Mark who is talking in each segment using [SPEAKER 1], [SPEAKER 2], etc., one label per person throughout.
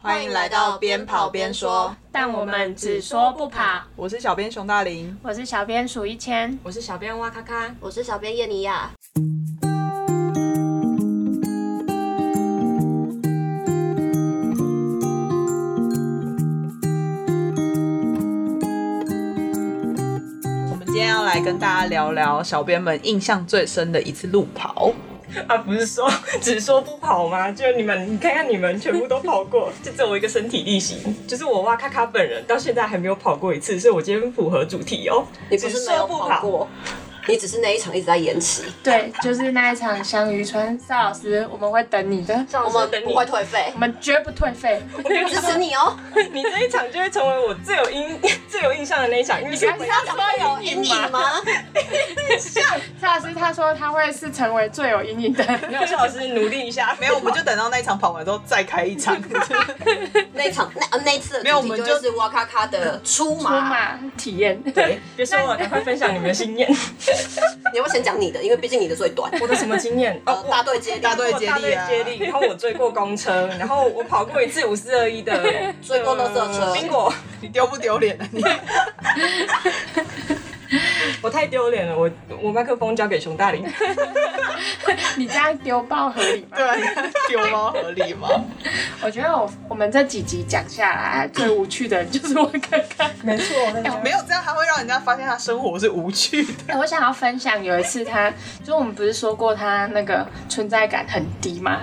[SPEAKER 1] 欢迎来到边跑边说，
[SPEAKER 2] 但我们只说不跑。
[SPEAKER 1] 我是小编熊大林。
[SPEAKER 2] 我是小编数一千，
[SPEAKER 3] 我是小编哇咔咔，
[SPEAKER 4] 我是小编啊叶尼亚。
[SPEAKER 1] 我们今天要来跟大家聊聊小编们印象最深的一次路跑。
[SPEAKER 3] 啊，不是说 只说不跑吗？就你们，你看看你们全部都跑过， 就只有我一个身体力行，就是我哇咔咔本人到现在还没有跑过一次，所以我今天符合主题哦。
[SPEAKER 4] 你不是没有跑过，你只是那一场一直在延期。
[SPEAKER 2] 对，就是那一场香渔村，邵老师，我们会等你的，
[SPEAKER 3] 像
[SPEAKER 4] 我
[SPEAKER 3] 我
[SPEAKER 4] 们
[SPEAKER 3] 等
[SPEAKER 4] 不
[SPEAKER 3] 你，
[SPEAKER 4] 会退费
[SPEAKER 2] 我，们绝不退 费。
[SPEAKER 4] 支持你哦。
[SPEAKER 3] 你这一场就会成为我最有印 最有印象的那一场，因为是
[SPEAKER 2] 刚
[SPEAKER 3] 回
[SPEAKER 2] 刚
[SPEAKER 4] 他讲话有阴影吗？
[SPEAKER 2] 邵老师他说他会是成为最有阴影的，
[SPEAKER 3] 没有，邵老师努力一下，
[SPEAKER 1] 没有，我们就等到那一场跑完之后再开一场。
[SPEAKER 4] 那一场那呃那一次的
[SPEAKER 1] 没有
[SPEAKER 4] 主题
[SPEAKER 1] 我们就
[SPEAKER 4] 就会是哇咔咔的出
[SPEAKER 2] 出
[SPEAKER 4] 马。
[SPEAKER 2] 马体验。
[SPEAKER 1] 对，
[SPEAKER 3] 别说我，赶快分享你们的经验。
[SPEAKER 4] 你要不要先讲你的？因为毕竟你的最短。
[SPEAKER 3] 我的什么经验？哦
[SPEAKER 4] 呃，大队接力，
[SPEAKER 1] 大队
[SPEAKER 3] 我大队
[SPEAKER 1] 接力啊
[SPEAKER 3] 接力，然后我追过公 车，然后我跑过一次五四二一的
[SPEAKER 4] 追过垃圾车
[SPEAKER 3] 冰果。
[SPEAKER 1] 你丢不丢脸啊你？
[SPEAKER 3] 我太丢脸了，我我麦克风交给熊大林。
[SPEAKER 2] 你这样丢包合理吗？
[SPEAKER 1] 对，啊丢吗？合理 吗？
[SPEAKER 2] 我觉得我我们这几集讲下来，最无趣的就是我刚刚。
[SPEAKER 3] 没错，
[SPEAKER 1] 没有这样，他会让人家发现他生活是无趣 的。
[SPEAKER 2] 哎我想要分享有一次他，就是我们不是说过他那个存在感很低吗？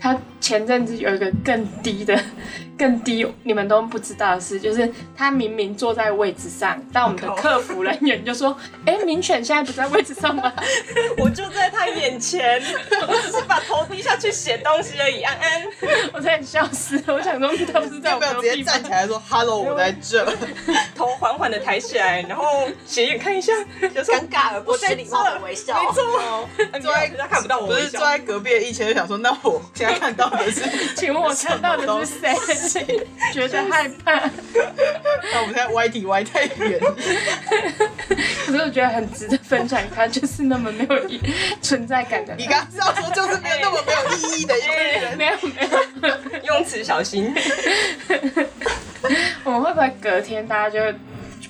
[SPEAKER 2] 他前阵子有一个更低的、 更低，你们都不知道的事，就是他明明坐在位置上，但我们的客服人员就说：“哎、明犬现在不在位置上吗
[SPEAKER 3] 我就在他眼前， 我只是把头低下去写东西而已。安安，？”
[SPEAKER 2] 我差点笑死了，我想说他不是在
[SPEAKER 1] 要
[SPEAKER 2] 我
[SPEAKER 1] 不要
[SPEAKER 2] 隔
[SPEAKER 1] 直接
[SPEAKER 2] 壁吗
[SPEAKER 1] 站？起来说 “Hello，我在这
[SPEAKER 3] 头缓缓的抬起来，然后斜眼看一下，就说
[SPEAKER 4] 尴尬而不
[SPEAKER 3] 我在
[SPEAKER 4] 失礼貌的微笑。
[SPEAKER 3] 没错，坐在他看不到”？我
[SPEAKER 1] 啊不
[SPEAKER 3] 微
[SPEAKER 1] 是坐
[SPEAKER 3] 笑。
[SPEAKER 1] 在隔壁的一千，就想说，那我现在看到的是，
[SPEAKER 2] 请问我看到的是谁？ 觉得害怕，
[SPEAKER 1] 那我们现在歪题歪太远了。
[SPEAKER 2] 可是我觉得很值得分享，他就是那么没有意存在感的人。
[SPEAKER 1] 你刚刚要说就是没有那么没有意义的一个人，
[SPEAKER 2] 没有没有。
[SPEAKER 3] 用词小心。
[SPEAKER 2] 我们会不会隔天大家就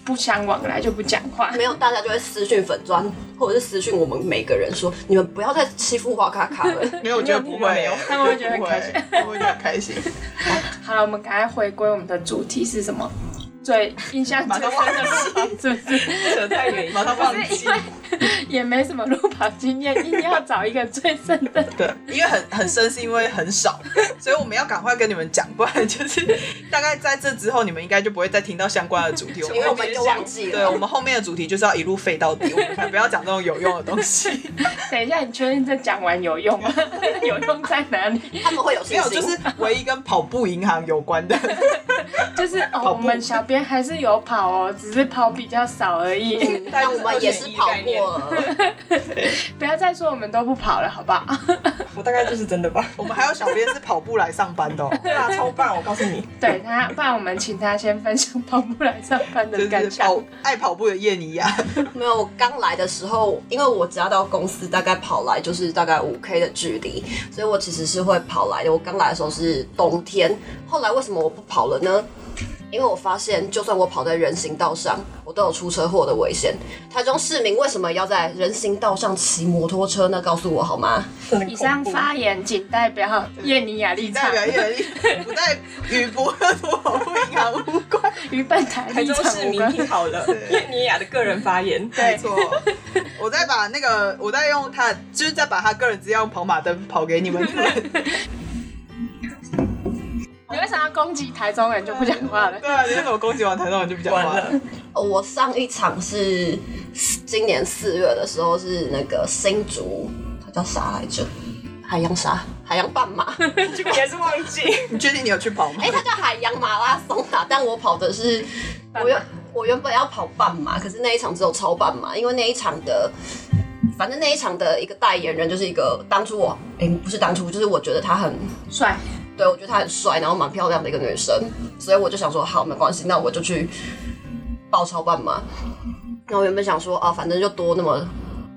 [SPEAKER 2] 不相往来，就不讲话？
[SPEAKER 4] 没有，大家就会私讯粉砖，或者是私讯我们每个人说，你们不要再欺负花卡卡了。
[SPEAKER 1] 没有，我觉得不
[SPEAKER 3] 没
[SPEAKER 1] 会
[SPEAKER 3] 有，
[SPEAKER 1] 我
[SPEAKER 2] 他们会觉得很开心。
[SPEAKER 1] 不会，我会觉得很开心。
[SPEAKER 2] 好了，我们赶快回归我们的主题是什么？最印象最深的路跑是不是？
[SPEAKER 3] 扯太远，
[SPEAKER 1] 马上忘记，
[SPEAKER 2] 也没什么路跑经验，硬要找一个最深的。
[SPEAKER 1] 对，因为很很深是因为很少，所以我们要赶快跟你们讲，不然就是大概在这之后，你们应该就不会再听到相关的主题。
[SPEAKER 4] 因为我
[SPEAKER 1] 们
[SPEAKER 4] 们就忘记
[SPEAKER 1] 对
[SPEAKER 4] 了
[SPEAKER 1] 我，们后面的主题就是要一路废到底，我们才不要讲这种有用的东西。
[SPEAKER 2] 等一下，你确定这讲完有用 吗？有用在哪里？
[SPEAKER 4] 他们会有
[SPEAKER 1] 没
[SPEAKER 4] 信
[SPEAKER 1] 有，
[SPEAKER 4] 心。
[SPEAKER 1] 就是唯一跟跑步银行有关的。
[SPEAKER 2] 就是
[SPEAKER 1] 跑
[SPEAKER 2] 哦，
[SPEAKER 1] 步
[SPEAKER 2] 我们小编还是有跑哦，只是跑比较少而
[SPEAKER 1] 嗯
[SPEAKER 2] 已。
[SPEAKER 4] 但我们也是跑过了，
[SPEAKER 2] 不要再说我们都不跑了，好不好？
[SPEAKER 3] 我大概就是真的吧。
[SPEAKER 1] 我们还有小编是跑步来上班的、哦，
[SPEAKER 3] 对啊，超棒！我告诉 你，
[SPEAKER 2] 对他，不然我们请他先分享跑步来上班
[SPEAKER 1] 就
[SPEAKER 2] 的感
[SPEAKER 1] 是
[SPEAKER 2] 想。
[SPEAKER 1] 跑爱跑步的叶啊尼亚。
[SPEAKER 4] 没有。我刚来的时候，因为我只要到公司，大概跑来就是大概五 K 的距离，所以我其实是会跑来的。我刚来的时候是冬天，后来为什么我不跑了呢？因为我发现，就算我跑在人行道上，我都有出车祸的危险。台中市民为什么要在人行道上骑摩托车呢？告诉我好吗？
[SPEAKER 3] 真的
[SPEAKER 2] 以上发言仅代表叶尼亚立场
[SPEAKER 1] 代，表叶尼亚不带与博乐多跑步银行无关。
[SPEAKER 2] 与本台
[SPEAKER 3] 台
[SPEAKER 2] 立
[SPEAKER 3] 中
[SPEAKER 2] 场
[SPEAKER 3] 市
[SPEAKER 2] 无
[SPEAKER 3] 民
[SPEAKER 2] 关。
[SPEAKER 3] 听好了，叶尼亚的个人发言。
[SPEAKER 1] 没
[SPEAKER 2] 对，
[SPEAKER 1] 错，我再把那个，我再用他，就是再把他个人资料用跑马灯跑给你们。
[SPEAKER 2] 你为什么要攻击台中人就不讲话了？
[SPEAKER 1] 对啊，你为什么攻击完台上我就不讲
[SPEAKER 3] 完
[SPEAKER 1] 话
[SPEAKER 3] 了
[SPEAKER 1] 了？，
[SPEAKER 4] 哦，我上一场是今年四月的时候，是那个新竹，它叫啥来着？海洋啥？海洋半马？
[SPEAKER 3] 结果你还是忘记。
[SPEAKER 1] 你确定你有去跑吗
[SPEAKER 4] 哎、？它叫海洋马拉松啊！但我跑的是
[SPEAKER 2] 半马
[SPEAKER 4] 我原我原本要跑半马，可是那一场只有超半马，因为那一场的。反正那一场的一个代言人就是一个当初我哎、不是当初，就是我觉得他很
[SPEAKER 2] 帅，
[SPEAKER 4] 对我觉得她很帅，然后蛮漂亮的一个女生，所以我就想说，好，没关系，那我就去报超办嘛。然后我原本想说，啊，反正就多那么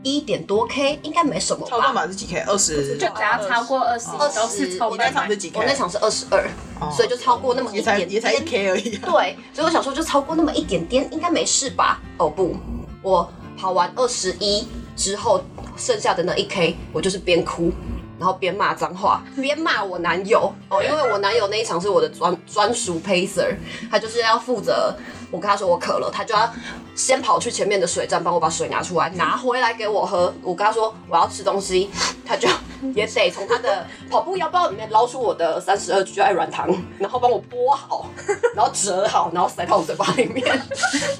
[SPEAKER 4] 一点多 K，应该没什么
[SPEAKER 1] 超半
[SPEAKER 4] 吧？
[SPEAKER 1] 马是几 K？二十
[SPEAKER 2] 就只要超过二十
[SPEAKER 4] 二
[SPEAKER 2] 都是
[SPEAKER 4] 十，
[SPEAKER 2] 超
[SPEAKER 4] 我那
[SPEAKER 2] 半
[SPEAKER 4] 场
[SPEAKER 2] 马
[SPEAKER 1] 是。几 K 哦
[SPEAKER 4] 我那场是二十二，所以就超过那么一
[SPEAKER 1] 也才
[SPEAKER 4] 点
[SPEAKER 1] 也才一
[SPEAKER 4] 点。
[SPEAKER 1] K 而已、啊。
[SPEAKER 4] 对，所以我想说，就超过那么一点点，应该没事吧？哦不，我跑完二十一之后，剩下的那一 K，我就是边哭。然后边骂脏话，边骂我男友哦，因为我男友那一场是我的专专属 pacer，他就是要负责，我跟他说我渴了，他就要先跑去前面的水站帮我把水拿出来，拿回来给我喝。我跟他说我要吃东西，他就也得从他的跑步腰包里面捞出我的三十二 G 爱软糖，然后帮我剥好，然后折好，然后塞到我嘴巴里面。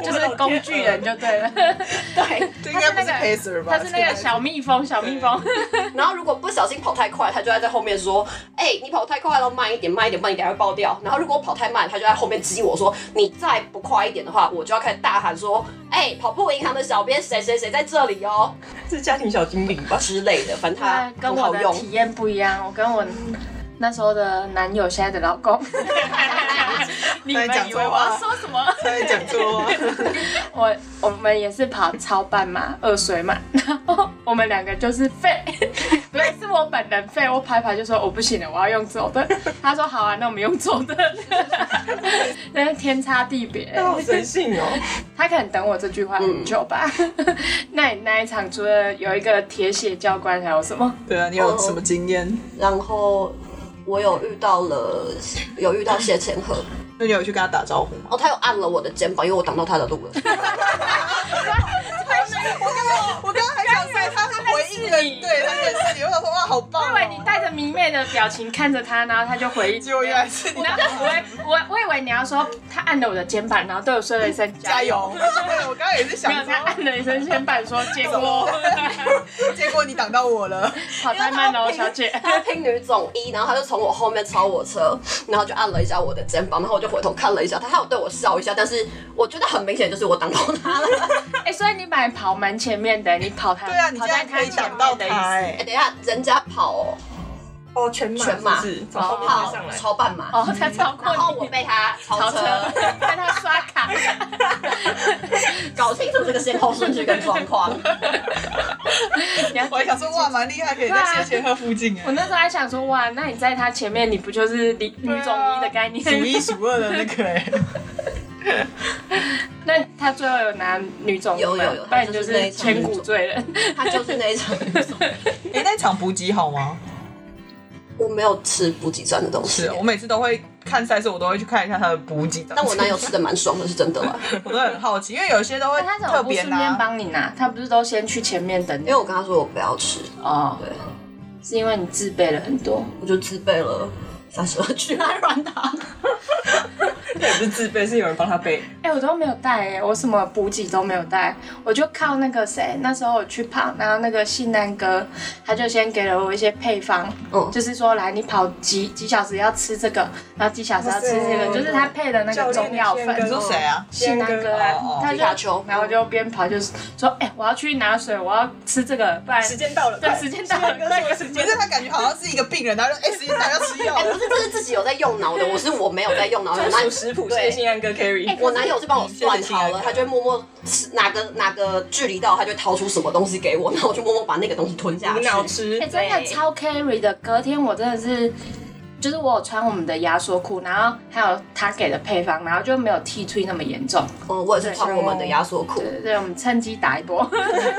[SPEAKER 2] 就是工具人就对了，
[SPEAKER 4] 对，
[SPEAKER 1] 这应该不是
[SPEAKER 2] 他是
[SPEAKER 1] Pacer 吧？
[SPEAKER 2] 他是那个小蜜蜂，小蜜蜂，
[SPEAKER 4] 然后如果不小心跑太快，他就在在后面说：“哎、你跑太快了，慢一点，慢一点，慢一点，还会爆掉。”然后如果我跑太慢，他就在后面激我说：“你再不快一点的话，我就要开始大喊说：‘哎、跑步银行的小编谁谁谁在这里哦
[SPEAKER 3] 是家庭小精灵吧？’
[SPEAKER 4] 之类的，反正他
[SPEAKER 2] 对跟
[SPEAKER 4] 很
[SPEAKER 2] 我
[SPEAKER 4] 好
[SPEAKER 2] 的
[SPEAKER 4] 用。
[SPEAKER 2] 体验不一样。我跟我那时候的男友，现在的老公，
[SPEAKER 1] 啊
[SPEAKER 2] 你们以为我要说什么？
[SPEAKER 1] 他在讲错话，
[SPEAKER 2] 我我们也是跑超半马、二水马， 然后我们两个就是废， 不是是我本人废，我拍拍就说我不行了，我要用走的。他说好啊，那我们用走的， 真是天差地别。
[SPEAKER 3] 他好神性哦！
[SPEAKER 2] 他可能等我这句话很久吧。 那你那一场除了有一个铁血教官，还有什么？
[SPEAKER 1] 对啊，你有什么经验？”
[SPEAKER 4] 然后我有遇到了，有遇到谢千鹤，
[SPEAKER 1] 那你有去跟他打招呼吗？
[SPEAKER 4] 哦，他有按了我的肩膀，因为我挡到他的路了。
[SPEAKER 1] 我刚刚我刚刚还想说他回应了，对他也是你，我想说哇，好棒、哦
[SPEAKER 2] 我以为你带着迷妹的表情看着他，然后他就 回应。
[SPEAKER 1] 结果原来是你
[SPEAKER 2] 然后我以为我我以为你要说他按了我的肩膀，然后对我说了一声
[SPEAKER 1] 加油！ 对我刚刚也是想
[SPEAKER 2] 没有，他
[SPEAKER 1] 说，
[SPEAKER 2] 按了一声肩膀说结果
[SPEAKER 1] 结果你挡到我 了，
[SPEAKER 2] 跑太慢了，小姐。
[SPEAKER 4] 他拼女总一，然后他就从我后面超我车，然后就按了一下我的肩膀，然后我就回头看了一下他，他有对我笑一下，但是我觉得很明显就是我挡到他 了。
[SPEAKER 2] 哎、所以你本来跑蛮前面的，你跑他
[SPEAKER 1] 对啊，你
[SPEAKER 2] 跑
[SPEAKER 1] 竟
[SPEAKER 2] 在
[SPEAKER 1] 然
[SPEAKER 2] 他
[SPEAKER 1] 可以
[SPEAKER 2] 前
[SPEAKER 1] 挡到他
[SPEAKER 2] 面的意思。
[SPEAKER 4] 哎、
[SPEAKER 1] 哎、
[SPEAKER 4] 等一下，人家跑哦
[SPEAKER 3] 哦，全马
[SPEAKER 4] 全马
[SPEAKER 3] 是不是从后面
[SPEAKER 4] 跑
[SPEAKER 3] 追上来，
[SPEAKER 4] 超半马，
[SPEAKER 2] 哦，他超
[SPEAKER 4] 然后
[SPEAKER 2] 过
[SPEAKER 4] 我
[SPEAKER 2] 你。
[SPEAKER 4] 被他超
[SPEAKER 2] 超
[SPEAKER 4] 车，
[SPEAKER 2] 车，看 他刷卡，
[SPEAKER 4] 搞清楚这个先后顺序跟状 况。
[SPEAKER 2] 你要
[SPEAKER 1] 我还想说哇，蛮厉害，可以在谢千鹤附近 哎、
[SPEAKER 2] 我那时候还想说，哇，那你在他前面，你不就是女女总医的 概念？
[SPEAKER 1] 数一数二的那个哎、
[SPEAKER 2] 那他最后有拿女总医吗
[SPEAKER 4] 有有有
[SPEAKER 2] 不然你
[SPEAKER 4] 他就是那
[SPEAKER 2] 是
[SPEAKER 4] 一场女
[SPEAKER 2] 千
[SPEAKER 4] 总
[SPEAKER 2] 古罪人。
[SPEAKER 4] 他就是那一场女总，
[SPEAKER 1] 哎、那场补给好吗？
[SPEAKER 4] 我没有吃补给站的东西
[SPEAKER 1] 是。
[SPEAKER 3] 哦
[SPEAKER 1] 我每次都会看赛事，我都会去看一下他的补给。
[SPEAKER 4] 但我男友吃的蛮爽的，是真的啦。
[SPEAKER 1] 我都很好奇，因为有些都会
[SPEAKER 2] 那他怎么
[SPEAKER 1] 特
[SPEAKER 2] 不
[SPEAKER 1] 别
[SPEAKER 2] 顺便
[SPEAKER 1] 拿。
[SPEAKER 2] 帮你拿？他不是都先去前面等
[SPEAKER 4] 因
[SPEAKER 2] 你
[SPEAKER 4] 为？我跟他说我不要吃，
[SPEAKER 2] 哦，
[SPEAKER 4] 对，
[SPEAKER 2] 是因为你自备了很多。
[SPEAKER 4] 我就自备了三十二去爱软糖。
[SPEAKER 3] 也不是自备，是有人帮他 背。
[SPEAKER 2] 哎、我都没有带哎、我什么补给都没有带，我就靠那个谁，那时候我去跑，然后那个信南哥他就先给了我一些配方，
[SPEAKER 4] 嗯
[SPEAKER 2] 就是说来你跑几几小时要吃这个，然后几小时要吃这个，
[SPEAKER 3] 哇塞
[SPEAKER 2] 就是他配的那个中药
[SPEAKER 3] 教练的
[SPEAKER 1] 你
[SPEAKER 3] 宪
[SPEAKER 2] 粉。
[SPEAKER 1] 说谁啊？
[SPEAKER 2] 信南哥啊
[SPEAKER 1] 哦哦，
[SPEAKER 2] 他
[SPEAKER 4] 皮卡
[SPEAKER 2] 就
[SPEAKER 4] 丘
[SPEAKER 2] 然后就边跑就是说，哎、我要去拿水，我要吃这个，不然
[SPEAKER 3] 时间到了，
[SPEAKER 2] 对时间到了，
[SPEAKER 3] 快
[SPEAKER 2] 对
[SPEAKER 3] 时
[SPEAKER 1] 可
[SPEAKER 3] 间
[SPEAKER 1] 是他感觉好像是一个病人，然后就哎，时间到要吃药
[SPEAKER 4] 哎、不
[SPEAKER 1] 了。
[SPEAKER 4] 是，这是自己有在用脑的，我是我没有在用脑，我
[SPEAKER 3] 专
[SPEAKER 4] 男
[SPEAKER 3] 属
[SPEAKER 4] 友
[SPEAKER 3] 食谱，
[SPEAKER 4] 对
[SPEAKER 3] 谢谢安哥 carry。
[SPEAKER 4] 我男友哎是帮我算好
[SPEAKER 1] 嗯谢谢
[SPEAKER 4] 了，
[SPEAKER 1] 亲爱的
[SPEAKER 4] 他就会默默哪个哪个距离到，他就会掏出什么东西给我，那我就默默把那个东西吞下
[SPEAKER 3] 无
[SPEAKER 4] 去。
[SPEAKER 3] 脑吃
[SPEAKER 2] 哎、，真的
[SPEAKER 4] 对
[SPEAKER 2] 超 carry 的。隔天我真的是，就是我有穿我们的压缩裤，然后还有他给的配方，然后就没有剃出那么严重。
[SPEAKER 4] 嗯，我也是穿我们的压缩裤
[SPEAKER 2] 对。对对，我们趁机打一波。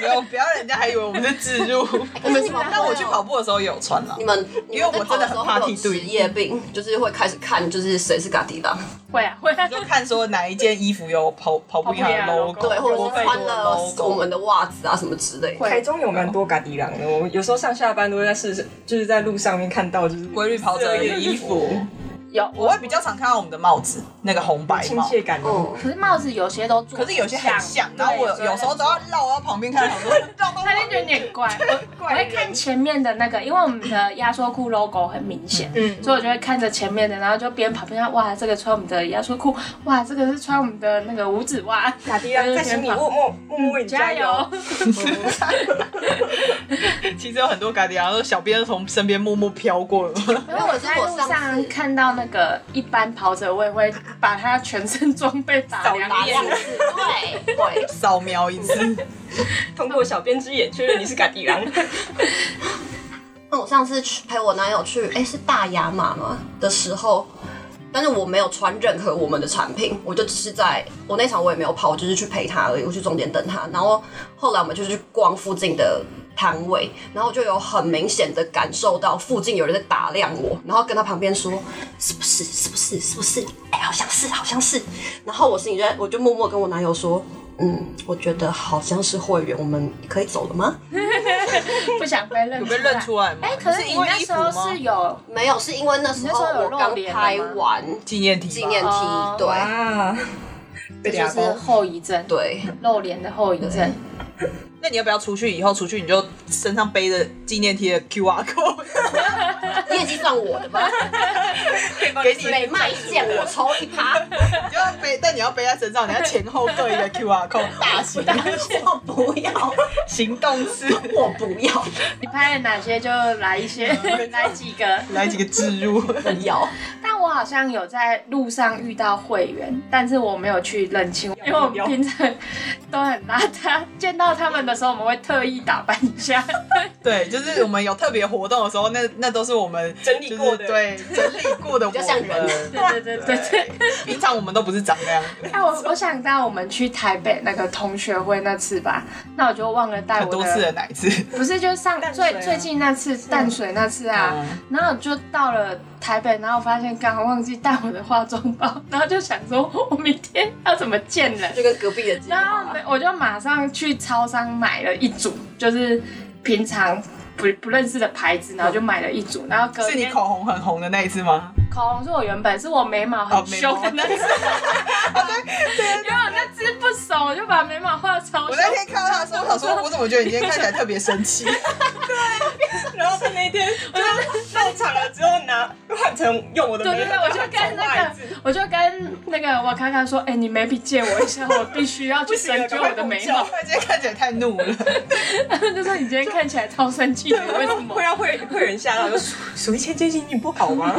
[SPEAKER 1] 没有，不要让人家还以为我们是自入。
[SPEAKER 4] 我们
[SPEAKER 1] 但我去跑，步的时候也有穿啦
[SPEAKER 4] 你。们
[SPEAKER 1] 因为我
[SPEAKER 4] 你们在跑时候
[SPEAKER 1] 真的很怕
[SPEAKER 4] 会有
[SPEAKER 1] 踢队
[SPEAKER 4] 职业病，就是会开始看，就是谁是嘎迪拉，
[SPEAKER 2] 会啊会啊，
[SPEAKER 1] 就 看说哪一件衣服有跑跑步一行的 logo，
[SPEAKER 4] 对，或者
[SPEAKER 1] 我
[SPEAKER 4] 是
[SPEAKER 1] 被
[SPEAKER 4] 穿
[SPEAKER 1] 我的
[SPEAKER 4] 了
[SPEAKER 1] logo
[SPEAKER 4] 我们的袜子啊什么之类的。
[SPEAKER 2] 会
[SPEAKER 3] 台中有蛮多嘎迪郎的，我有时候上下班都会在市，就是在路上面看到，就是
[SPEAKER 1] 规律跑者的衣服，
[SPEAKER 2] 有
[SPEAKER 1] 我会比较常看到我们的帽子，那个红白
[SPEAKER 3] 亲
[SPEAKER 1] 帽。
[SPEAKER 3] 切感哦。
[SPEAKER 4] 嗯，
[SPEAKER 2] 可是帽子有些都做，
[SPEAKER 1] 可是有些很像，然后我
[SPEAKER 2] 对
[SPEAKER 1] 有时候都要绕到旁边看，想说 绕到
[SPEAKER 2] 他就觉得有 点怪。我我会看前面的那个，因为我们的压缩裤 logo 很明显，
[SPEAKER 3] 嗯
[SPEAKER 2] 所以我就会看着前面的，然后就边跑边看，哇，这个穿我们的压缩裤，哇，这个是穿我们的那个五指袜，
[SPEAKER 3] 嘎迪郎在心里默默默默为你
[SPEAKER 2] 加
[SPEAKER 3] 加油
[SPEAKER 2] 油。！
[SPEAKER 1] 啊其实有很多嘎迪亚，然后小编从身边默默飘过了。
[SPEAKER 2] 因为我在路上看到那个一般跑者，我也会把他全身装备打量
[SPEAKER 4] 打
[SPEAKER 2] 一
[SPEAKER 4] 两
[SPEAKER 2] 眼。
[SPEAKER 4] 次，对对，
[SPEAKER 1] 扫描一次，
[SPEAKER 3] 通过小编之眼确认你是卡迪郎。
[SPEAKER 4] 那我上次去陪我男友去，哎、是大雅马吗的时候，但是我没有穿任何我们的产品，我就只是在我那场我也没有跑，我就是去陪他而已，我去终点等他。然后后来我们就是去逛附近的摊位，然后就有很明显的感受到附近有人在打量我，然后跟他旁边说是不是是不是是不是，哎、好像是好像是。然后我心里就在我就默默跟我男友说。嗯，我觉得好像是会员，我们可以走了吗？
[SPEAKER 2] 不想被认
[SPEAKER 1] 有被认出来吗？
[SPEAKER 2] 哎、可是
[SPEAKER 1] 是
[SPEAKER 2] 你
[SPEAKER 1] 因为
[SPEAKER 2] 那
[SPEAKER 1] 衣
[SPEAKER 2] 时
[SPEAKER 1] 服
[SPEAKER 2] 候
[SPEAKER 1] 吗
[SPEAKER 2] 是？有
[SPEAKER 4] 没有，是因为那时
[SPEAKER 2] 你那
[SPEAKER 4] 候
[SPEAKER 2] 时候有
[SPEAKER 4] 我
[SPEAKER 2] 露
[SPEAKER 4] 刚
[SPEAKER 2] 脸了
[SPEAKER 4] 拍
[SPEAKER 2] 吗
[SPEAKER 4] 完
[SPEAKER 1] 纪念体吧
[SPEAKER 4] 纪念 T，
[SPEAKER 2] 哦
[SPEAKER 4] 对
[SPEAKER 3] 哇，
[SPEAKER 1] 被
[SPEAKER 4] 就
[SPEAKER 1] 俩
[SPEAKER 2] 就是
[SPEAKER 1] 包。
[SPEAKER 2] 后遗症，
[SPEAKER 4] 对，
[SPEAKER 2] 露脸的后遗症。
[SPEAKER 1] 那你要不要出去？以后出去你就身上背着纪念 T 的 QR code，
[SPEAKER 4] 业绩算我的吧，
[SPEAKER 1] 给你，
[SPEAKER 4] 每
[SPEAKER 1] 你
[SPEAKER 4] 卖一件我抽一趴，
[SPEAKER 1] 就要背， 但你要背在身上，你要前后各一个 QR code，大型
[SPEAKER 4] 我不要，
[SPEAKER 1] 行动式，
[SPEAKER 4] 我不要，
[SPEAKER 2] 你拍了哪些就来一些，来几个。
[SPEAKER 1] 来几个置入。
[SPEAKER 4] 不要，
[SPEAKER 2] 但我好像有在路上遇到会员，但是我没有去认清，因为我们平常都很邋遢，见到他们的时候我们会特意打扮一下。
[SPEAKER 1] 对，就是我们有特别活动的时候，那那都是我们
[SPEAKER 3] 整理过的
[SPEAKER 1] 就是对，整理过的我们，
[SPEAKER 4] 比较像人
[SPEAKER 2] 对对对对对。
[SPEAKER 1] 平常我们都不是长那样的，
[SPEAKER 2] 哎，我我想到我们去台北那个同学会那次吧，那我就忘了带
[SPEAKER 1] 很
[SPEAKER 2] 我
[SPEAKER 1] 多次
[SPEAKER 2] 的，
[SPEAKER 1] 了哪一次？
[SPEAKER 2] 不是就是上
[SPEAKER 3] 淡水啊
[SPEAKER 2] 最最近那次淡水那次啊
[SPEAKER 1] 嗯，
[SPEAKER 2] 然后我就到了台北，然后我发现刚刚忘记带我的化妆包， 然后就想说我明天要怎么见人，
[SPEAKER 4] 就跟隔壁的鸡
[SPEAKER 2] 然后
[SPEAKER 4] 毛
[SPEAKER 1] 啊
[SPEAKER 2] 我就马上去超商买了一组，就是平常不不认识的牌子，然后就买了一组，然后隔
[SPEAKER 1] 是你
[SPEAKER 2] 天
[SPEAKER 1] 口红很红的那一次吗？
[SPEAKER 2] 口红是我原本是我眉毛
[SPEAKER 1] 哦
[SPEAKER 2] 很
[SPEAKER 1] 眉
[SPEAKER 2] 凶
[SPEAKER 1] 毛
[SPEAKER 2] 的那支，因为我那支不熟，我就把眉毛画超
[SPEAKER 1] 我
[SPEAKER 2] 凶。
[SPEAKER 1] 那天看到他的时候，我想说，我怎么觉得你今天看起来特别生气？
[SPEAKER 3] 然后他那天就是到场了之后拿换成用我的
[SPEAKER 2] 对
[SPEAKER 3] 眉
[SPEAKER 2] 对对，我就跟那个，我就跟那个我看看说，哎、你眉笔借我一下，我必须要去
[SPEAKER 3] 不行
[SPEAKER 2] 深
[SPEAKER 3] 了
[SPEAKER 2] 究
[SPEAKER 3] 赶快
[SPEAKER 2] 我的
[SPEAKER 3] 补
[SPEAKER 2] 眉
[SPEAKER 3] 救
[SPEAKER 2] 毛。
[SPEAKER 1] 他今天看起来太怒了，
[SPEAKER 2] 就说你今天看起来超生气的，为什么
[SPEAKER 3] 会？让会会员吓到，就说数一千最近你不好吗？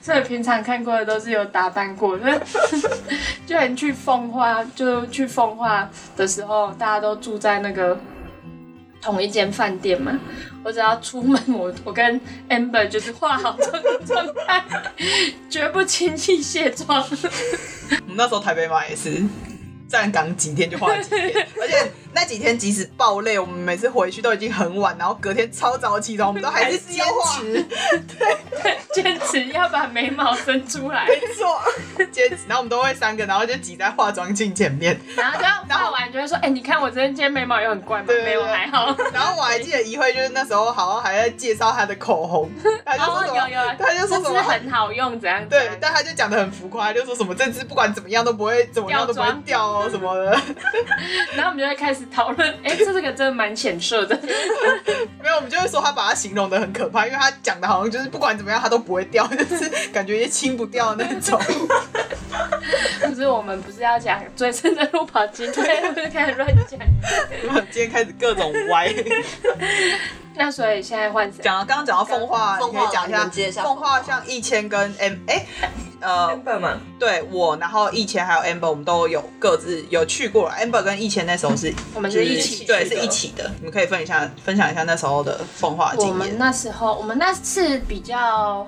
[SPEAKER 2] 所以平常看过的都是有打扮过的， 就很去奉化，就去奉化的时候，大家都住在那个同一间饭店嘛。我只要出门，我我跟 Amber 就是化好妆的状态，绝不轻易卸妆。
[SPEAKER 1] 我们那时候台北马也是。站岗几天就换了几天，而且那几天即使爆累，我们每次回去都已经很晚，然后隔天超早起床，我们都还是坚持
[SPEAKER 2] 坚持要把眉毛伸出来，
[SPEAKER 1] 做坚持，然后我们都会三个，然后就挤在化妆镜前面，
[SPEAKER 2] 然后就画完就会说：“哎、你看我今天眉毛有很怪吗？
[SPEAKER 1] 对对对
[SPEAKER 2] 没有，还好。
[SPEAKER 1] 然后我还记得一慧就是那时候好像还在介绍她的口红，她”就
[SPEAKER 2] 哦
[SPEAKER 1] 说，什
[SPEAKER 2] 有
[SPEAKER 1] 么，
[SPEAKER 2] 有，
[SPEAKER 1] 他就说什
[SPEAKER 2] 这支
[SPEAKER 1] 么
[SPEAKER 2] 很好用，怎样？
[SPEAKER 1] 对，
[SPEAKER 2] 怎
[SPEAKER 1] 但她
[SPEAKER 2] 样
[SPEAKER 1] 就讲的很浮夸，就说什么这支不管怎么样都不会怎么样都不会掉哦什么的，
[SPEAKER 2] 然后我们就会开始讨论，哎、这这个真的蛮浅色的。
[SPEAKER 1] 没有，我们就会说她把它形容的很可怕，因为她讲的好像就是不管怎么样她都不会掉，就是感觉也清不掉那 种。
[SPEAKER 2] 可是我们不是要讲最深的路跑经验，不是开始乱讲。
[SPEAKER 1] 今天开始各种歪。
[SPEAKER 2] 那所以现在换谁？
[SPEAKER 1] 讲刚刚讲到奉化，你
[SPEAKER 4] 奉化
[SPEAKER 1] 可以讲
[SPEAKER 4] 你们接
[SPEAKER 1] 一
[SPEAKER 4] 一
[SPEAKER 1] 下
[SPEAKER 4] 下
[SPEAKER 1] 奉化，
[SPEAKER 4] 奉化
[SPEAKER 1] 像一千跟 M 哎、呃，
[SPEAKER 3] 本嘛，
[SPEAKER 1] 对我，然后一千还有 Amber，我们都有各自有去过了。Amber 跟一千那时候是
[SPEAKER 2] 嗯我们
[SPEAKER 1] 就是
[SPEAKER 2] 一起去
[SPEAKER 1] 对，
[SPEAKER 2] 的。
[SPEAKER 1] 是一起的。你们可以分一下，分享一下那时候的奉化
[SPEAKER 2] 我
[SPEAKER 1] 经
[SPEAKER 2] 们
[SPEAKER 1] 验。
[SPEAKER 2] 那时候，我们那次比较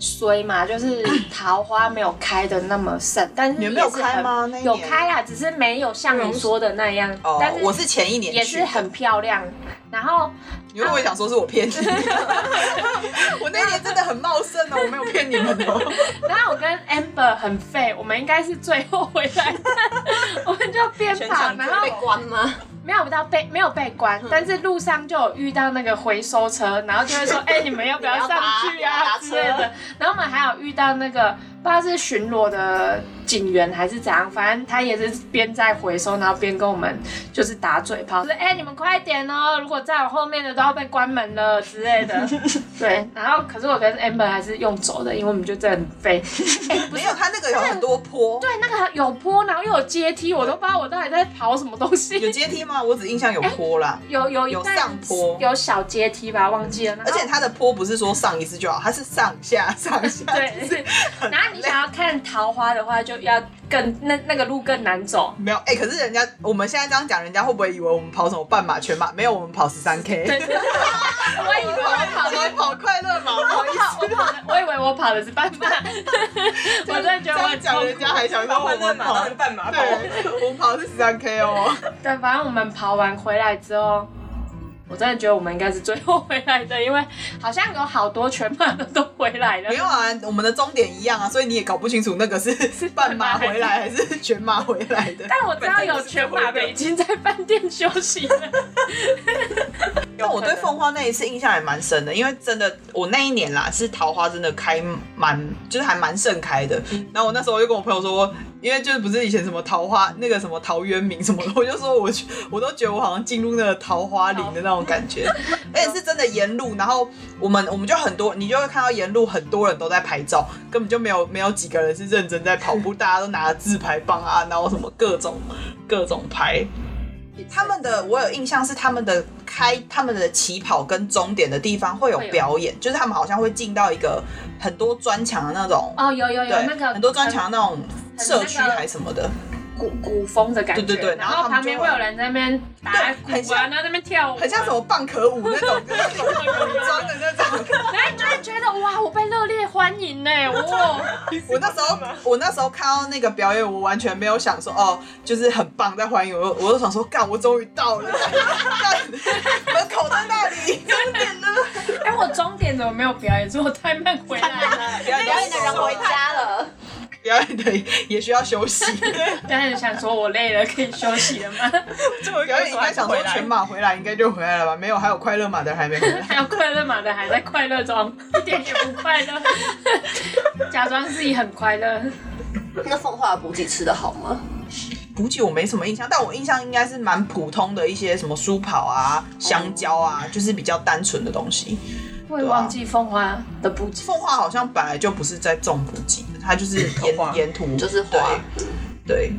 [SPEAKER 2] 衰 嘛，就是桃花没有开的那么盛，但是
[SPEAKER 1] 你
[SPEAKER 2] 也
[SPEAKER 1] 们
[SPEAKER 2] 是
[SPEAKER 1] 没有开吗
[SPEAKER 2] 很
[SPEAKER 1] 那一年
[SPEAKER 2] 有开啦，只是没有像你说的那样。
[SPEAKER 1] 哦
[SPEAKER 2] 但，
[SPEAKER 1] 我是前一年
[SPEAKER 2] 也
[SPEAKER 1] 去
[SPEAKER 2] 是很漂亮。然后
[SPEAKER 1] 你会不会想说是我骗你？ 我那年真的很茂盛哦，我没有骗你们哦。
[SPEAKER 2] 然后我跟 Amber 很废，我们应该是最后回来的， 我们就边
[SPEAKER 3] 全
[SPEAKER 2] 跑，
[SPEAKER 3] 场
[SPEAKER 2] 然
[SPEAKER 4] 被
[SPEAKER 2] 后
[SPEAKER 4] 关吗？
[SPEAKER 2] 没有到被没有被关，
[SPEAKER 4] 嗯
[SPEAKER 2] 但是路上就有遇到那个回收车，然后就 会说，哎、你们要不要上去
[SPEAKER 4] 你们要
[SPEAKER 2] 啊
[SPEAKER 4] 搭
[SPEAKER 2] 之类的。然后我们还有遇到那个不知道是巡逻的警员还是怎样，反正他也是边在回收，然后边跟我们就是打嘴 炮，就是哎、你们快点哦，如果在我后面的都要被关门了之类的。 对，然后可是我跟 Amber 还是用走的，因为我们就真的很废。哎不
[SPEAKER 1] 没
[SPEAKER 2] 是
[SPEAKER 1] 有，他那个个有很多坡，
[SPEAKER 2] 对，那个有坡，然后又有阶梯，我都不知道我到底在跑什么东西。
[SPEAKER 1] 有阶梯吗？我只印象有坡 啦。
[SPEAKER 2] 有有
[SPEAKER 1] 有
[SPEAKER 2] 但
[SPEAKER 1] 上坡嗯
[SPEAKER 2] 有小阶梯吧，忘记了。然后
[SPEAKER 1] 而且它的坡不是说上一次就好，它是上下上下。
[SPEAKER 2] 对， 然后你想要看桃花的话，就要更那那个路更难走。
[SPEAKER 1] 没有，哎、可是人家我们现在这样讲，人家会不会以为我们跑什么半马、全马？没有，我们跑十三 K，
[SPEAKER 2] 对，对对 我以为我跑
[SPEAKER 1] 我
[SPEAKER 2] 的
[SPEAKER 1] 们跑快乐马，不好意思，
[SPEAKER 2] 我跑的，我以为我跑的是半 马，我真的觉得
[SPEAKER 1] 这
[SPEAKER 2] 我
[SPEAKER 1] 样
[SPEAKER 2] 很
[SPEAKER 1] 讲
[SPEAKER 2] 痛
[SPEAKER 1] 人
[SPEAKER 2] 苦
[SPEAKER 1] 家。还想
[SPEAKER 3] 把
[SPEAKER 1] 说我
[SPEAKER 3] 欢乐
[SPEAKER 1] 们
[SPEAKER 3] 马
[SPEAKER 1] 跑
[SPEAKER 3] 当成半马跑。
[SPEAKER 1] 对，我们跑的是十三 K 哦。
[SPEAKER 2] 对，反正我们跑完回来之后，我真的觉得我们应该是最后回来的，因为好像有好多全马的都回来了
[SPEAKER 1] 没。有啊，我们的终点一样啊，所以你也搞不清楚那个是半马回来还是全马回来的。
[SPEAKER 2] 但我知道有全马的已经在饭店休息 了。
[SPEAKER 1] 但我对凤花那一次印象也蛮深的，因为真的我那一年啦，是桃花真的开蛮，就是还蛮盛开的。然后我那时候就跟我朋友说，因为就是不是以前什么桃花那个什么陶渊明什么的，我就说我去我都觉得我好像进入那个桃花林的那种感觉，而且是真的沿路，然后我们我们就很多，你就会看到沿路很多人都在拍照，根本就没有没有几个人是认真在跑步，大家都拿着自拍棒啊，然后什么各种各种拍。他们的我有印象是他们的开他们的起跑跟终点的地方会有
[SPEAKER 2] 会有
[SPEAKER 1] 表演，就是他们好像会进到一个很多砖墙的那种，
[SPEAKER 2] 哦，有有有
[SPEAKER 1] 对，
[SPEAKER 2] 那个
[SPEAKER 1] 很多砖墙的那种
[SPEAKER 2] 很
[SPEAKER 1] 社区
[SPEAKER 2] 那个
[SPEAKER 1] 还什么的，
[SPEAKER 2] 古古风的感觉，
[SPEAKER 1] 对对对
[SPEAKER 2] 然
[SPEAKER 1] 然后他
[SPEAKER 2] 后
[SPEAKER 1] 们
[SPEAKER 2] 旁边
[SPEAKER 1] 就
[SPEAKER 2] 会
[SPEAKER 1] 会
[SPEAKER 2] 有人在那边打鼓
[SPEAKER 1] 对很
[SPEAKER 2] 啊，
[SPEAKER 1] 像
[SPEAKER 2] 然后在那边跳舞，
[SPEAKER 1] 很像什么蚌壳舞那种，就是那种砖的那种。
[SPEAKER 2] 然后你就会觉得哇，我被热烈欢迎 呢，哇，
[SPEAKER 1] 我那时候我那时候看到那个表演，我完全没有想说哦，就是很棒在欢迎我，我就想说干，我终于到 了，干门口在那里，终点了，
[SPEAKER 2] 哎，我终点怎么没有表演？是我太慢回 来了，
[SPEAKER 1] 表
[SPEAKER 4] 表演的人回家了，
[SPEAKER 1] 表演的也需要休息。
[SPEAKER 2] 表演想说我累了，可以休息了吗？
[SPEAKER 3] 最后一
[SPEAKER 1] 表
[SPEAKER 3] 个
[SPEAKER 1] 演应该想说
[SPEAKER 3] 回来
[SPEAKER 1] 全马回来应该就回来了吧？没有，还有快乐马的还没回来。
[SPEAKER 2] 还有快乐马的还在快乐中，一点也不快乐， 假装自己很快乐。
[SPEAKER 4] 那凤花的补给吃的好吗？
[SPEAKER 1] 补给我没什么印象，但我印象应该是蛮普通的一些什么酥跑啊、香蕉啊，就是比较单纯的东西。
[SPEAKER 2] 我也忘记凤花的布置，
[SPEAKER 1] 凤花好像本来就不是在种补给的，它 就是沿
[SPEAKER 3] 花
[SPEAKER 1] 沿途
[SPEAKER 4] 就是花
[SPEAKER 1] 对。对，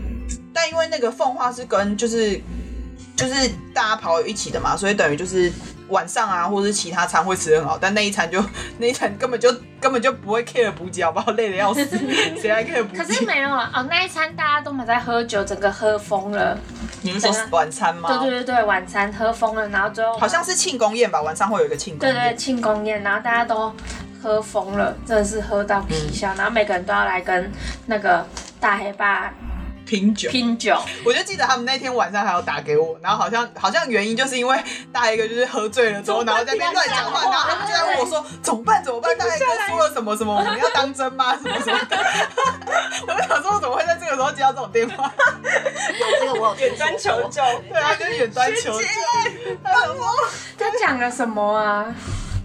[SPEAKER 1] 但因为那个凤花是跟就是就是大家跑友一起的嘛，所以等于就是晚上啊，或者是其他餐会吃得很好，但那一餐就那一餐根本就根本就不会 care 补给，好不好？累的要 死，谁还 care 补
[SPEAKER 2] 可是
[SPEAKER 1] 给？
[SPEAKER 2] 没有啊，哦，那一餐大家都没在喝酒，整个喝疯了。
[SPEAKER 1] 你们说
[SPEAKER 2] 等下
[SPEAKER 1] 晚餐吗？
[SPEAKER 2] 对啊对对对，晚餐喝疯了，然后最后
[SPEAKER 1] 好像是庆功宴吧，晚上会有一个庆功
[SPEAKER 2] 对对
[SPEAKER 1] 宴。
[SPEAKER 2] 庆功宴，然后大家都喝疯了，真的是喝到皮笑，然后每个人都要来跟那个大黑爸
[SPEAKER 1] 拼酒。
[SPEAKER 2] 拼酒，
[SPEAKER 1] 我就记得他们那天晚上还有打给我，然后好像好像原因就是因为大一个就是喝醉了之后，然后在那边乱讲 话，然后他们就在问我说怎么办怎么办，大一哥说了什么什么，我们要当真吗？什么什么的。 我就想说，我怎么会在这个时候接到这种电话？
[SPEAKER 4] 有这个我有
[SPEAKER 3] 远端
[SPEAKER 4] 听说
[SPEAKER 3] 求
[SPEAKER 4] 过。
[SPEAKER 3] 救，
[SPEAKER 1] 对啊，就是远端求救。他想说
[SPEAKER 2] 他讲了什么啊？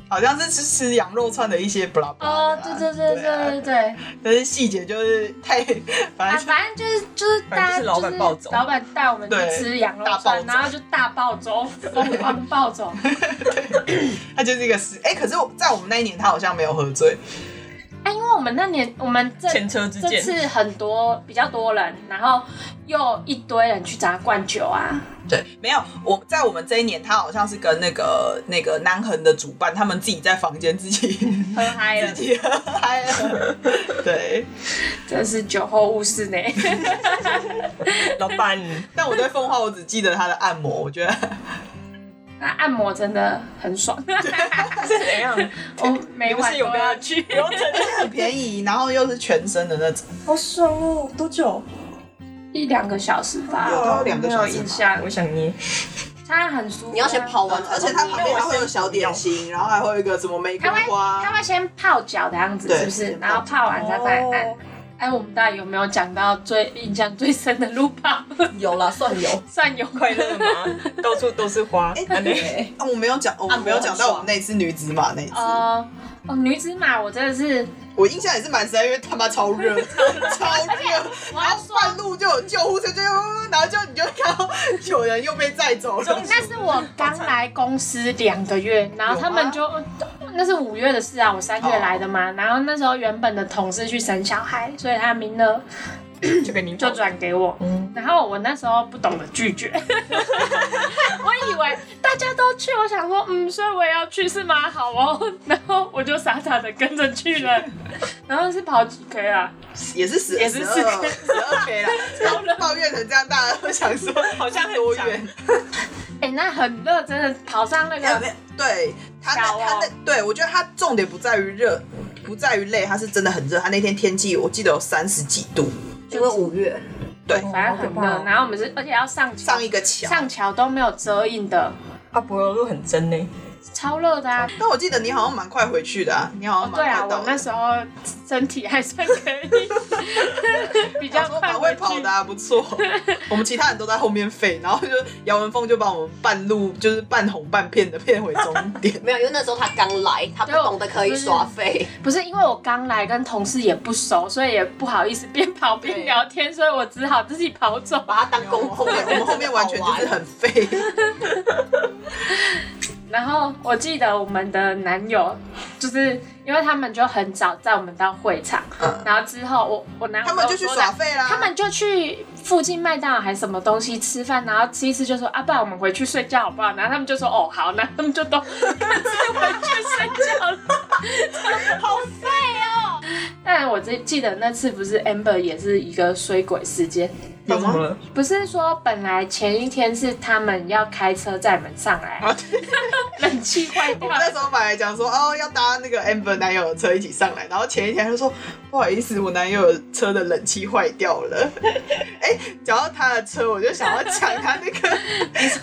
[SPEAKER 1] 好像是吃吃羊肉串的一些 blah blah 的啊。
[SPEAKER 2] 哦，对对对对对
[SPEAKER 1] 啊，
[SPEAKER 2] 对，
[SPEAKER 1] 但是细节就是太，
[SPEAKER 2] 啊，
[SPEAKER 1] 反正就
[SPEAKER 2] 反正就是就是大家
[SPEAKER 3] 反正就是老板暴走
[SPEAKER 2] 老板带我们去
[SPEAKER 1] 对
[SPEAKER 2] 吃羊肉
[SPEAKER 1] 大暴
[SPEAKER 2] 串，
[SPEAKER 1] 走
[SPEAKER 2] 然后就大暴走，疯狂暴走。
[SPEAKER 1] 他就是一个是哎，可是我在我们那一年他好像没有喝醉，
[SPEAKER 2] 哎，因为我们那年我们这
[SPEAKER 3] 前车之
[SPEAKER 2] 这
[SPEAKER 3] 鉴。
[SPEAKER 2] 次很多比较多人，然后又一堆人去找他灌酒啊，
[SPEAKER 1] 对，没有我在我们这一年，他好像是跟那个那个南横的主办，他们自己在房间自己
[SPEAKER 2] 喝嗨了
[SPEAKER 1] 自，己喝嗨了。对，
[SPEAKER 2] 真是酒后误事呢。
[SPEAKER 3] 老板，
[SPEAKER 1] 但我对凤花，我只记得她的按摩，我觉得
[SPEAKER 2] 那按摩真的很爽，
[SPEAKER 3] 是怎样？
[SPEAKER 2] 我每
[SPEAKER 3] 你不
[SPEAKER 2] 晚
[SPEAKER 3] 是有
[SPEAKER 2] 都
[SPEAKER 3] 跟
[SPEAKER 2] 要
[SPEAKER 3] 他
[SPEAKER 2] 去，
[SPEAKER 3] 去？有真的
[SPEAKER 1] 很便宜，然后又是全身的那种。
[SPEAKER 3] 好爽哦！多久？
[SPEAKER 2] 一两个小时吧，
[SPEAKER 1] 有到两个小时吗
[SPEAKER 2] 没有印象，
[SPEAKER 3] 啊我想捏。
[SPEAKER 2] 他很舒服啊。
[SPEAKER 4] 你要先跑完，
[SPEAKER 1] 哦而且它旁边还会有小点心，然后还会有一个什么玫瑰
[SPEAKER 2] 他会
[SPEAKER 1] 花
[SPEAKER 2] 他。会先泡脚的样子，
[SPEAKER 1] 对
[SPEAKER 2] 是不是？
[SPEAKER 1] 先泡
[SPEAKER 2] 然后泡完再再按。哎，我们到底有没有讲到最印象最深的路跑？
[SPEAKER 4] 有啦，算有。
[SPEAKER 2] 算有
[SPEAKER 3] 快 乐吗？到处都是花。啊对
[SPEAKER 4] 对，
[SPEAKER 1] 啊，我没有讲，我
[SPEAKER 4] 按摩
[SPEAKER 1] 没有讲到
[SPEAKER 4] 很
[SPEAKER 1] 我们那次女子马那一次，
[SPEAKER 2] 哦哦，女子马我真的是，
[SPEAKER 1] 我印象也是蛮深，因为他妈超热，超热，
[SPEAKER 2] 我
[SPEAKER 1] 然
[SPEAKER 2] 要
[SPEAKER 1] 后
[SPEAKER 2] 说，
[SPEAKER 1] 半路就有救护车，就呃然后就你就看到有
[SPEAKER 2] 嗯
[SPEAKER 1] 人又被载走了。
[SPEAKER 2] 那是我刚来公司两个月，然后他们就那是五月的事啊，我三月来的嘛。然后那时候原本的同事去生小孩，所以他名额
[SPEAKER 3] 就给你
[SPEAKER 2] 就转给我。
[SPEAKER 1] 嗯
[SPEAKER 2] 然后我那时候不懂得拒绝， 我以为大家都去，我想说，嗯，所以我也要去是吗？好哦。 然后我就傻傻的跟着去了。 然后是跑几 K 啊？
[SPEAKER 1] 也是十，
[SPEAKER 3] 也是
[SPEAKER 1] 十
[SPEAKER 3] 四
[SPEAKER 1] 二十二 K 啦，抱怨成这样，大家都想说
[SPEAKER 3] 好像很
[SPEAKER 1] 多
[SPEAKER 3] 长
[SPEAKER 1] 远？
[SPEAKER 2] 哎、那很热，真的跑上那
[SPEAKER 1] 没有
[SPEAKER 2] 个
[SPEAKER 1] 没有，对他那
[SPEAKER 2] 小哦
[SPEAKER 1] 他那对我觉得他重点不在于热，不在于累，他是真的很热。他那天天气我记得有三十几度，
[SPEAKER 4] 因为五月，。
[SPEAKER 1] 对，
[SPEAKER 2] 反正很热。然后我们是，而且要上桥
[SPEAKER 1] 哦上一个桥。
[SPEAKER 2] 哦上桥都没有遮荫的，
[SPEAKER 3] 阿婆啊油路很真呢，
[SPEAKER 2] 超热的啊！
[SPEAKER 1] 但我记得你好像蛮快回去的啊，你好
[SPEAKER 2] 哦
[SPEAKER 1] 像，
[SPEAKER 2] 对
[SPEAKER 1] 蛮
[SPEAKER 2] 啊，
[SPEAKER 1] 快到
[SPEAKER 2] 我
[SPEAKER 1] 的。
[SPEAKER 2] 那时候身体还算可 以， 比较
[SPEAKER 1] 想说
[SPEAKER 2] 快
[SPEAKER 1] 蛮
[SPEAKER 2] 回
[SPEAKER 1] 会跑
[SPEAKER 2] 去
[SPEAKER 1] 的、。啊，不 错。我们其他人都在后面飞，然后就姚文峰就把我们半路就是半红半骗的骗回终点
[SPEAKER 4] 没有，因为那时候他刚来，他不
[SPEAKER 2] 对我
[SPEAKER 4] 懂得可以
[SPEAKER 2] 就是
[SPEAKER 4] 耍废。
[SPEAKER 2] 不是因为我刚来，跟同事也不熟，所以也不好 意思边跑边
[SPEAKER 4] 对
[SPEAKER 2] 聊天，所以我只好自己跑走。
[SPEAKER 4] 把它当公
[SPEAKER 1] 后
[SPEAKER 4] 仆，
[SPEAKER 1] 面我们后面完全就是很废，
[SPEAKER 2] 然后我记得我们的男友，就是因为他们就很早载我们到会场，然后之后我我男友
[SPEAKER 1] 嗯他们
[SPEAKER 2] 跟
[SPEAKER 1] 就
[SPEAKER 2] 我
[SPEAKER 1] 去
[SPEAKER 2] 说
[SPEAKER 1] 耍
[SPEAKER 2] 的
[SPEAKER 1] 废啦。
[SPEAKER 2] 他们就去附近麦当劳还是什么东西吃饭，然后吃一次就说啊，不然我们回去睡觉好不好？然后他们就说哦好，那他们就都 各自回去睡 觉了，好废哦。但我记记得那次不是 Amber 也是一个衰鬼事件，
[SPEAKER 1] 有
[SPEAKER 3] 怎么
[SPEAKER 1] 吗？
[SPEAKER 3] 了？
[SPEAKER 2] 不是说本来前一天是他们要开车载我们上来，
[SPEAKER 1] 啊，对
[SPEAKER 2] 冷气坏掉
[SPEAKER 1] 我们那时候本来讲说哦要搭那个 Amber 男友的车一起上来，然后前一天他就说不好意思，我男友的车的冷气坏掉了。 哎、讲到他的车，我就想要讲他那个。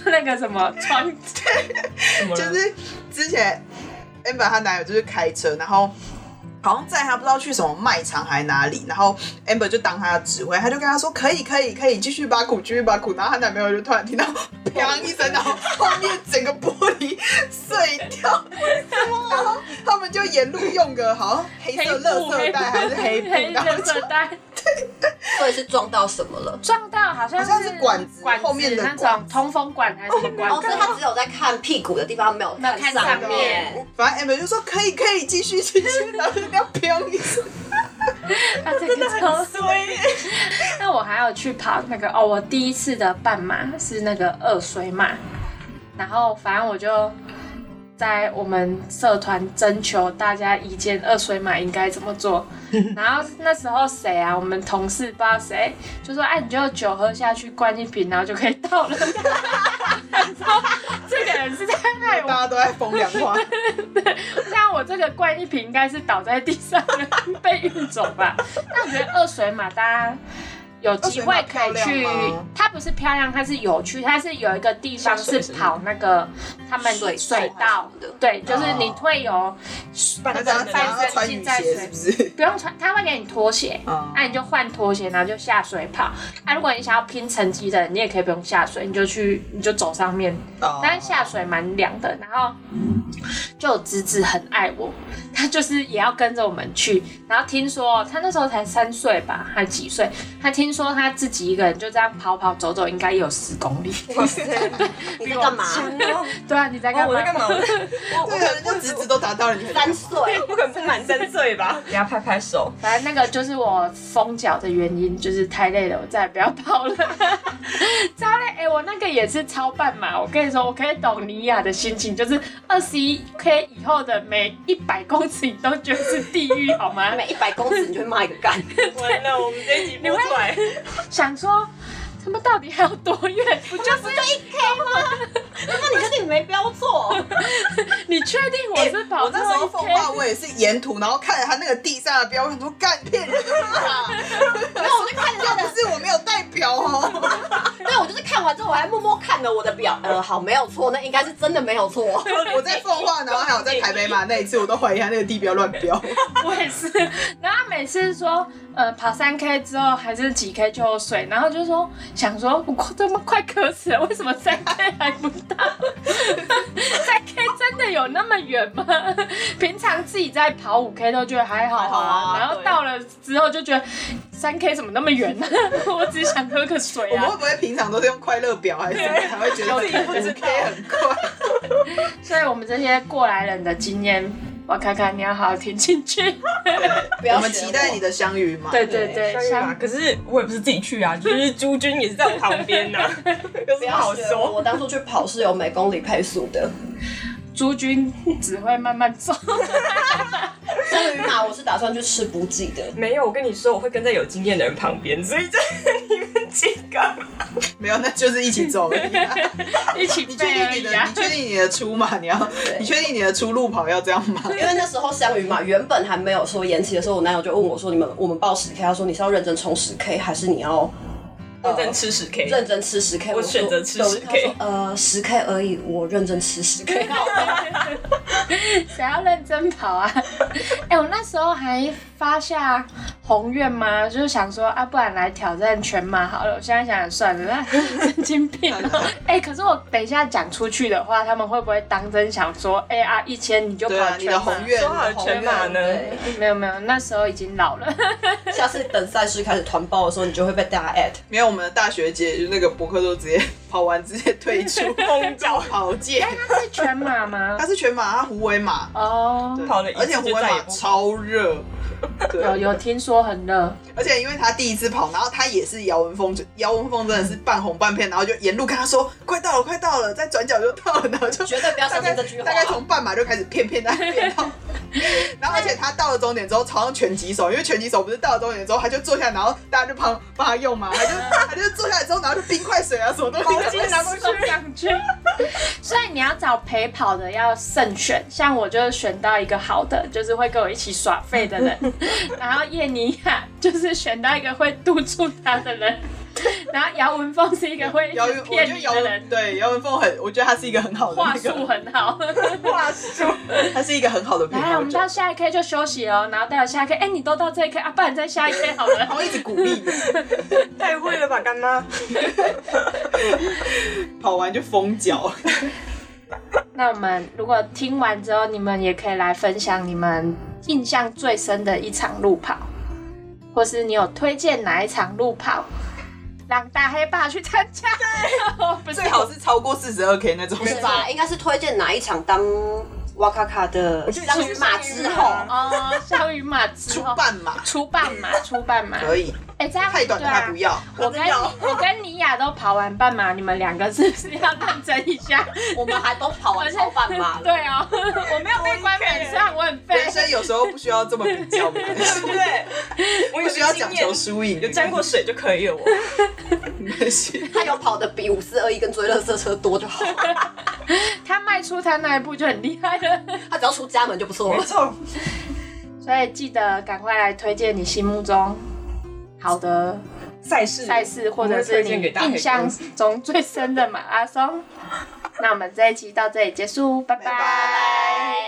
[SPEAKER 2] 那个什么窗，
[SPEAKER 3] 怎么了
[SPEAKER 1] 就是之前 Amber 她男友就是开车，然后好像在他不知道去什么卖场还哪里，然后 Amber 就当他的指挥，他就跟他说可以可以可以继续挖苦继续挖苦，然后她男朋友就突然听到砰一声，然后后面整个玻璃碎掉，然后他们就沿路用个好像黑色垃圾袋还是黑布，
[SPEAKER 2] 黑
[SPEAKER 1] 然后
[SPEAKER 2] 垃
[SPEAKER 1] 就
[SPEAKER 2] 圾袋。
[SPEAKER 4] 所以是撞到什么了？
[SPEAKER 2] 撞到好像
[SPEAKER 1] 好像是管子
[SPEAKER 2] 管
[SPEAKER 1] 后面的
[SPEAKER 2] 那
[SPEAKER 1] 管
[SPEAKER 2] 种通风管还是什么管
[SPEAKER 4] 哦，
[SPEAKER 2] 子
[SPEAKER 4] 所以，他只有在看屁股的地方，没有
[SPEAKER 2] 没有看
[SPEAKER 4] 上
[SPEAKER 2] 上面。
[SPEAKER 1] 反正 Amber 就说可以可以继续继续，然后就那样砰一声，
[SPEAKER 2] 他这个车。 那我还有去跑那个哦，我第一次的半马是那个二水马，然后反正我就在我们社团征求大家意见，二水马应该怎 么做。然后那时候谁啊，我们同事不知道谁就说，哎、你就酒喝下去灌一瓶，然后就可以 到了。 这个人是在害
[SPEAKER 1] 大
[SPEAKER 2] 我
[SPEAKER 1] 家都在风凉话。
[SPEAKER 2] 像我这个灌一瓶，应该是倒在地上的被运走 吧。但我觉得二水马大家有机会可以
[SPEAKER 1] 二水马漂
[SPEAKER 2] 去
[SPEAKER 1] 亮吗，
[SPEAKER 2] 它不是漂亮，它是有趣，它是有一个地方是跑那个他们
[SPEAKER 4] 水道
[SPEAKER 2] 水道
[SPEAKER 4] 还是什么的，
[SPEAKER 2] 对，就是你会有
[SPEAKER 3] 半
[SPEAKER 1] 那
[SPEAKER 3] 身
[SPEAKER 1] 这样
[SPEAKER 3] 的
[SPEAKER 1] 子
[SPEAKER 2] 半
[SPEAKER 1] 然
[SPEAKER 2] 身
[SPEAKER 1] 后要穿雨鞋是不是？
[SPEAKER 2] 不用穿，他会给你拖鞋，
[SPEAKER 1] 嗯
[SPEAKER 2] 那你就换拖鞋，然后就下水跑。啊，如果你想要拼成绩的，你也可以不用下水，你就去你就走上面，
[SPEAKER 1] 哦
[SPEAKER 2] 但是下水蛮凉的，然后就有侄子很爱我，他就是也要跟着我们去。然后听说哦他那时候才三岁吧，还几岁？他听说他自己一个人就这样跑跑走走，应该也有十公里。
[SPEAKER 4] 你在干嘛？
[SPEAKER 2] 对啊，你在干嘛？
[SPEAKER 3] 哦我在干 嘛？我我
[SPEAKER 1] 对啊，人家侄子都达到了，你还
[SPEAKER 4] 三 岁，
[SPEAKER 3] 不可能不满三岁吧？给他拍拍手，
[SPEAKER 2] 反正那个就是我封脚的原因，就是太累了，我再也不要跑了。 超累，哎、我那个也是超半马。我跟你说，我可以懂尼亚的心情，就是二十一 K 以后的每一百公尺，你都觉得是地狱，好吗？
[SPEAKER 4] 每一百公尺你就会骂一个干。
[SPEAKER 3] 完了，我们这一集播出来，
[SPEAKER 2] 想说他们到底还有多远？不就是一 K 吗？
[SPEAKER 4] 那你确定你没标 错？
[SPEAKER 2] 你确定我是跑
[SPEAKER 1] 哎我那
[SPEAKER 2] 错
[SPEAKER 1] 时候
[SPEAKER 2] 一
[SPEAKER 1] 风
[SPEAKER 2] K？
[SPEAKER 1] 化，我也是沿途，然后看着他那个地上的标，我想说干骗人的吧？
[SPEAKER 4] 没有，我就看着
[SPEAKER 1] 要
[SPEAKER 4] 他
[SPEAKER 1] 不
[SPEAKER 4] 的，
[SPEAKER 1] 是我没有带表哦，
[SPEAKER 4] 对我就是看完之后，我还默默看了我的表，呃，好，没有错，那应该是真的没有 错。
[SPEAKER 1] 我在奉化，然后还有在台北马那一次，我都怀疑他那个地标乱标。
[SPEAKER 2] 我也是。然后他每次说，呃，跑三 K 之后还是几 K 就有水，然后就说想说，我这么快渴死了，为什么三 K 还不到？三 K 真的有那么远吗？平常自己在跑五 K 都觉得还好啊，
[SPEAKER 4] 还好啊
[SPEAKER 2] 然后
[SPEAKER 4] 对
[SPEAKER 2] 到了之后就觉得三 K 怎么那么远呢、 我只想喝个水
[SPEAKER 1] 我们
[SPEAKER 2] 啊
[SPEAKER 1] 会。不会平常都是用快乐表，还是怎么样还会觉得自己 K 很快？
[SPEAKER 2] 所以我们这些过来人的经验，哇卡卡，你要好好听进去。
[SPEAKER 4] 不要
[SPEAKER 1] 我们
[SPEAKER 4] 学
[SPEAKER 1] 期待你的香芋嘛。
[SPEAKER 2] 对对对，
[SPEAKER 3] 像
[SPEAKER 2] 像
[SPEAKER 3] 可是我也不是自己去啊，就是朱军也是在我旁边呐、有
[SPEAKER 4] 不
[SPEAKER 3] 什么
[SPEAKER 4] 要
[SPEAKER 3] 好
[SPEAKER 4] 学我。
[SPEAKER 3] 说？
[SPEAKER 4] 我当初去跑是有每公里配速的，
[SPEAKER 2] 朱军只会慢慢 走，
[SPEAKER 4] 至于马我是打算去吃补给的。
[SPEAKER 3] 没有，我跟你说，我会跟在有经验的人旁边，所以这你们几个
[SPEAKER 1] 没有，那就是一起走而已 啊、
[SPEAKER 2] 一起
[SPEAKER 1] 你确
[SPEAKER 2] 背
[SPEAKER 1] 定
[SPEAKER 2] 而
[SPEAKER 1] 你
[SPEAKER 2] 已
[SPEAKER 1] 的？
[SPEAKER 2] 啊
[SPEAKER 1] 你。确定你的出马？你要？你确定你的出路跑要这样吗？
[SPEAKER 4] 因为那时候香鱼嘛，原本还没有说延期的时候，我男友就问我说：“你们我们报十 K，他说你是要认真冲十 K，还是你要
[SPEAKER 3] 认真吃十 K，
[SPEAKER 4] 认真吃十 K？”
[SPEAKER 3] 我
[SPEAKER 4] 说
[SPEAKER 3] 选择吃
[SPEAKER 4] 对我就
[SPEAKER 3] 10K
[SPEAKER 4] 跟他说呃，十 K 而已，我认真吃十 K。
[SPEAKER 2] 谁要认真跑 啊？哎、我那时候还发下宏愿吗？就是想说啊，不然来挑战全马好了。我现在想想算了，那 神经病哦、哎、可是我等一下讲出去的话，他们会不会当真想说，哎、啊，一千你就跑
[SPEAKER 1] 对啊，你
[SPEAKER 2] 全
[SPEAKER 1] 的
[SPEAKER 2] 马？
[SPEAKER 1] 宏愿，
[SPEAKER 3] 说好
[SPEAKER 1] 你的宏
[SPEAKER 3] 全马呢
[SPEAKER 4] 对，
[SPEAKER 2] 没有没有，那时候已经 老了。
[SPEAKER 4] 下次等赛事开始团报的时候，你就会被大家 at。
[SPEAKER 1] 没有，我们的大学姐就那个博客都直接跑完，直接退 出
[SPEAKER 3] 疯叫
[SPEAKER 1] 跑界。
[SPEAKER 2] 是全 马吗
[SPEAKER 1] 她？是全马，她胡尾马，
[SPEAKER 2] 哦，
[SPEAKER 1] 对
[SPEAKER 3] 跑了一次
[SPEAKER 1] 而且胡尾
[SPEAKER 3] 就再
[SPEAKER 1] 马
[SPEAKER 3] 也不跑
[SPEAKER 1] 超热。
[SPEAKER 2] 有
[SPEAKER 1] 对，
[SPEAKER 2] 有听说很热，
[SPEAKER 1] 而且因为她第一次跑，然后她也是姚文峰，就姚文峰真的是半红半片，然后就沿路跟她说快到了，快到了，再转角就到了，然后就
[SPEAKER 4] 绝对不要
[SPEAKER 1] 大
[SPEAKER 4] 相
[SPEAKER 1] 概
[SPEAKER 4] 信这句话。
[SPEAKER 1] 大概从半马就开始骗骗他骗 到，然后而且他到了终点之后，朝上拳击手，因为拳击手不是到了终点之后他就坐下，然后大家就帮帮他用嘛，他就他就坐下来之后，然后就冰块水啊什么东西
[SPEAKER 3] 毛巾拿过去
[SPEAKER 2] 送上去。所以你要找陪跑的要慎选，像我就是选到一个好的，就是会跟我一起耍废的人，然后叶尼亚就是选到一个会督促他的人，然后姚文峰是一个会一
[SPEAKER 1] 姚
[SPEAKER 2] 直
[SPEAKER 1] 文，我觉
[SPEAKER 2] 骗
[SPEAKER 1] 得
[SPEAKER 2] 你
[SPEAKER 1] 姚
[SPEAKER 2] 的
[SPEAKER 1] 文
[SPEAKER 2] 人，
[SPEAKER 1] 对姚文凤很，我觉得他是一个很好的
[SPEAKER 2] 话
[SPEAKER 1] 那
[SPEAKER 2] 术
[SPEAKER 1] 个，
[SPEAKER 2] 很好。
[SPEAKER 3] 话术，
[SPEAKER 1] 他是一个很好的陪
[SPEAKER 2] 来，我
[SPEAKER 1] 跑
[SPEAKER 2] 们
[SPEAKER 1] 者
[SPEAKER 2] 到，下一 K 就休息哦，然后到了下一 K，哎、你都到这一 K 啊，不然再下一 K 好了
[SPEAKER 1] 然。后一直鼓励人，
[SPEAKER 3] 太会了吧，干妈？
[SPEAKER 1] 跑完就疯 脚。
[SPEAKER 2] 那我们如果听完之后，你们也可以来分享你们印象最深的一场路跑，或是你有推荐哪一场路跑，让大黑爸去参加。 不是
[SPEAKER 1] 最好是超过四十二 K 那种，
[SPEAKER 4] 不是 吧？应该是推荐哪一场当哇卡卡的
[SPEAKER 3] 觉得
[SPEAKER 4] 香
[SPEAKER 3] 是
[SPEAKER 4] 鱼马之
[SPEAKER 3] 香鱼
[SPEAKER 4] 后
[SPEAKER 3] 马，
[SPEAKER 2] 哦，项羽马之
[SPEAKER 1] 出
[SPEAKER 2] 后
[SPEAKER 1] 半马
[SPEAKER 2] 出半 马，出半马。
[SPEAKER 1] 可以，
[SPEAKER 2] 哎、这样
[SPEAKER 1] 太短的
[SPEAKER 2] 对啊
[SPEAKER 1] 他不。要。
[SPEAKER 2] 我跟你我跟尼亚都跑完半马，你们两个是不是要认真一 下？
[SPEAKER 4] 我们还都跑完超半马了。
[SPEAKER 2] 对哦， 我没有被关门，虽然我很废。
[SPEAKER 1] 人生有时候不需要这么比较，没关系
[SPEAKER 3] 对不
[SPEAKER 2] 啊
[SPEAKER 3] 对？我
[SPEAKER 1] 不
[SPEAKER 3] 有
[SPEAKER 1] 需要
[SPEAKER 3] 个
[SPEAKER 1] 讲
[SPEAKER 3] 经验
[SPEAKER 1] 求，输赢，
[SPEAKER 3] 有沾过水就可以了。我
[SPEAKER 1] 没关系。
[SPEAKER 4] 他有跑的比五四二一跟追乐色车多就好，
[SPEAKER 2] 他迈出他那一步就很厉害了。
[SPEAKER 4] 他只要出家门就不错了。
[SPEAKER 3] 错，
[SPEAKER 2] 所以记得赶快来推荐你心目中好的
[SPEAKER 3] 赛事
[SPEAKER 2] 赛事，或者
[SPEAKER 3] 我
[SPEAKER 2] 是
[SPEAKER 3] 会推荐
[SPEAKER 2] 你
[SPEAKER 3] 给大黑
[SPEAKER 2] 印象中最深的马拉松。那我们这一期到这里结束，拜
[SPEAKER 1] 拜拜
[SPEAKER 2] 拜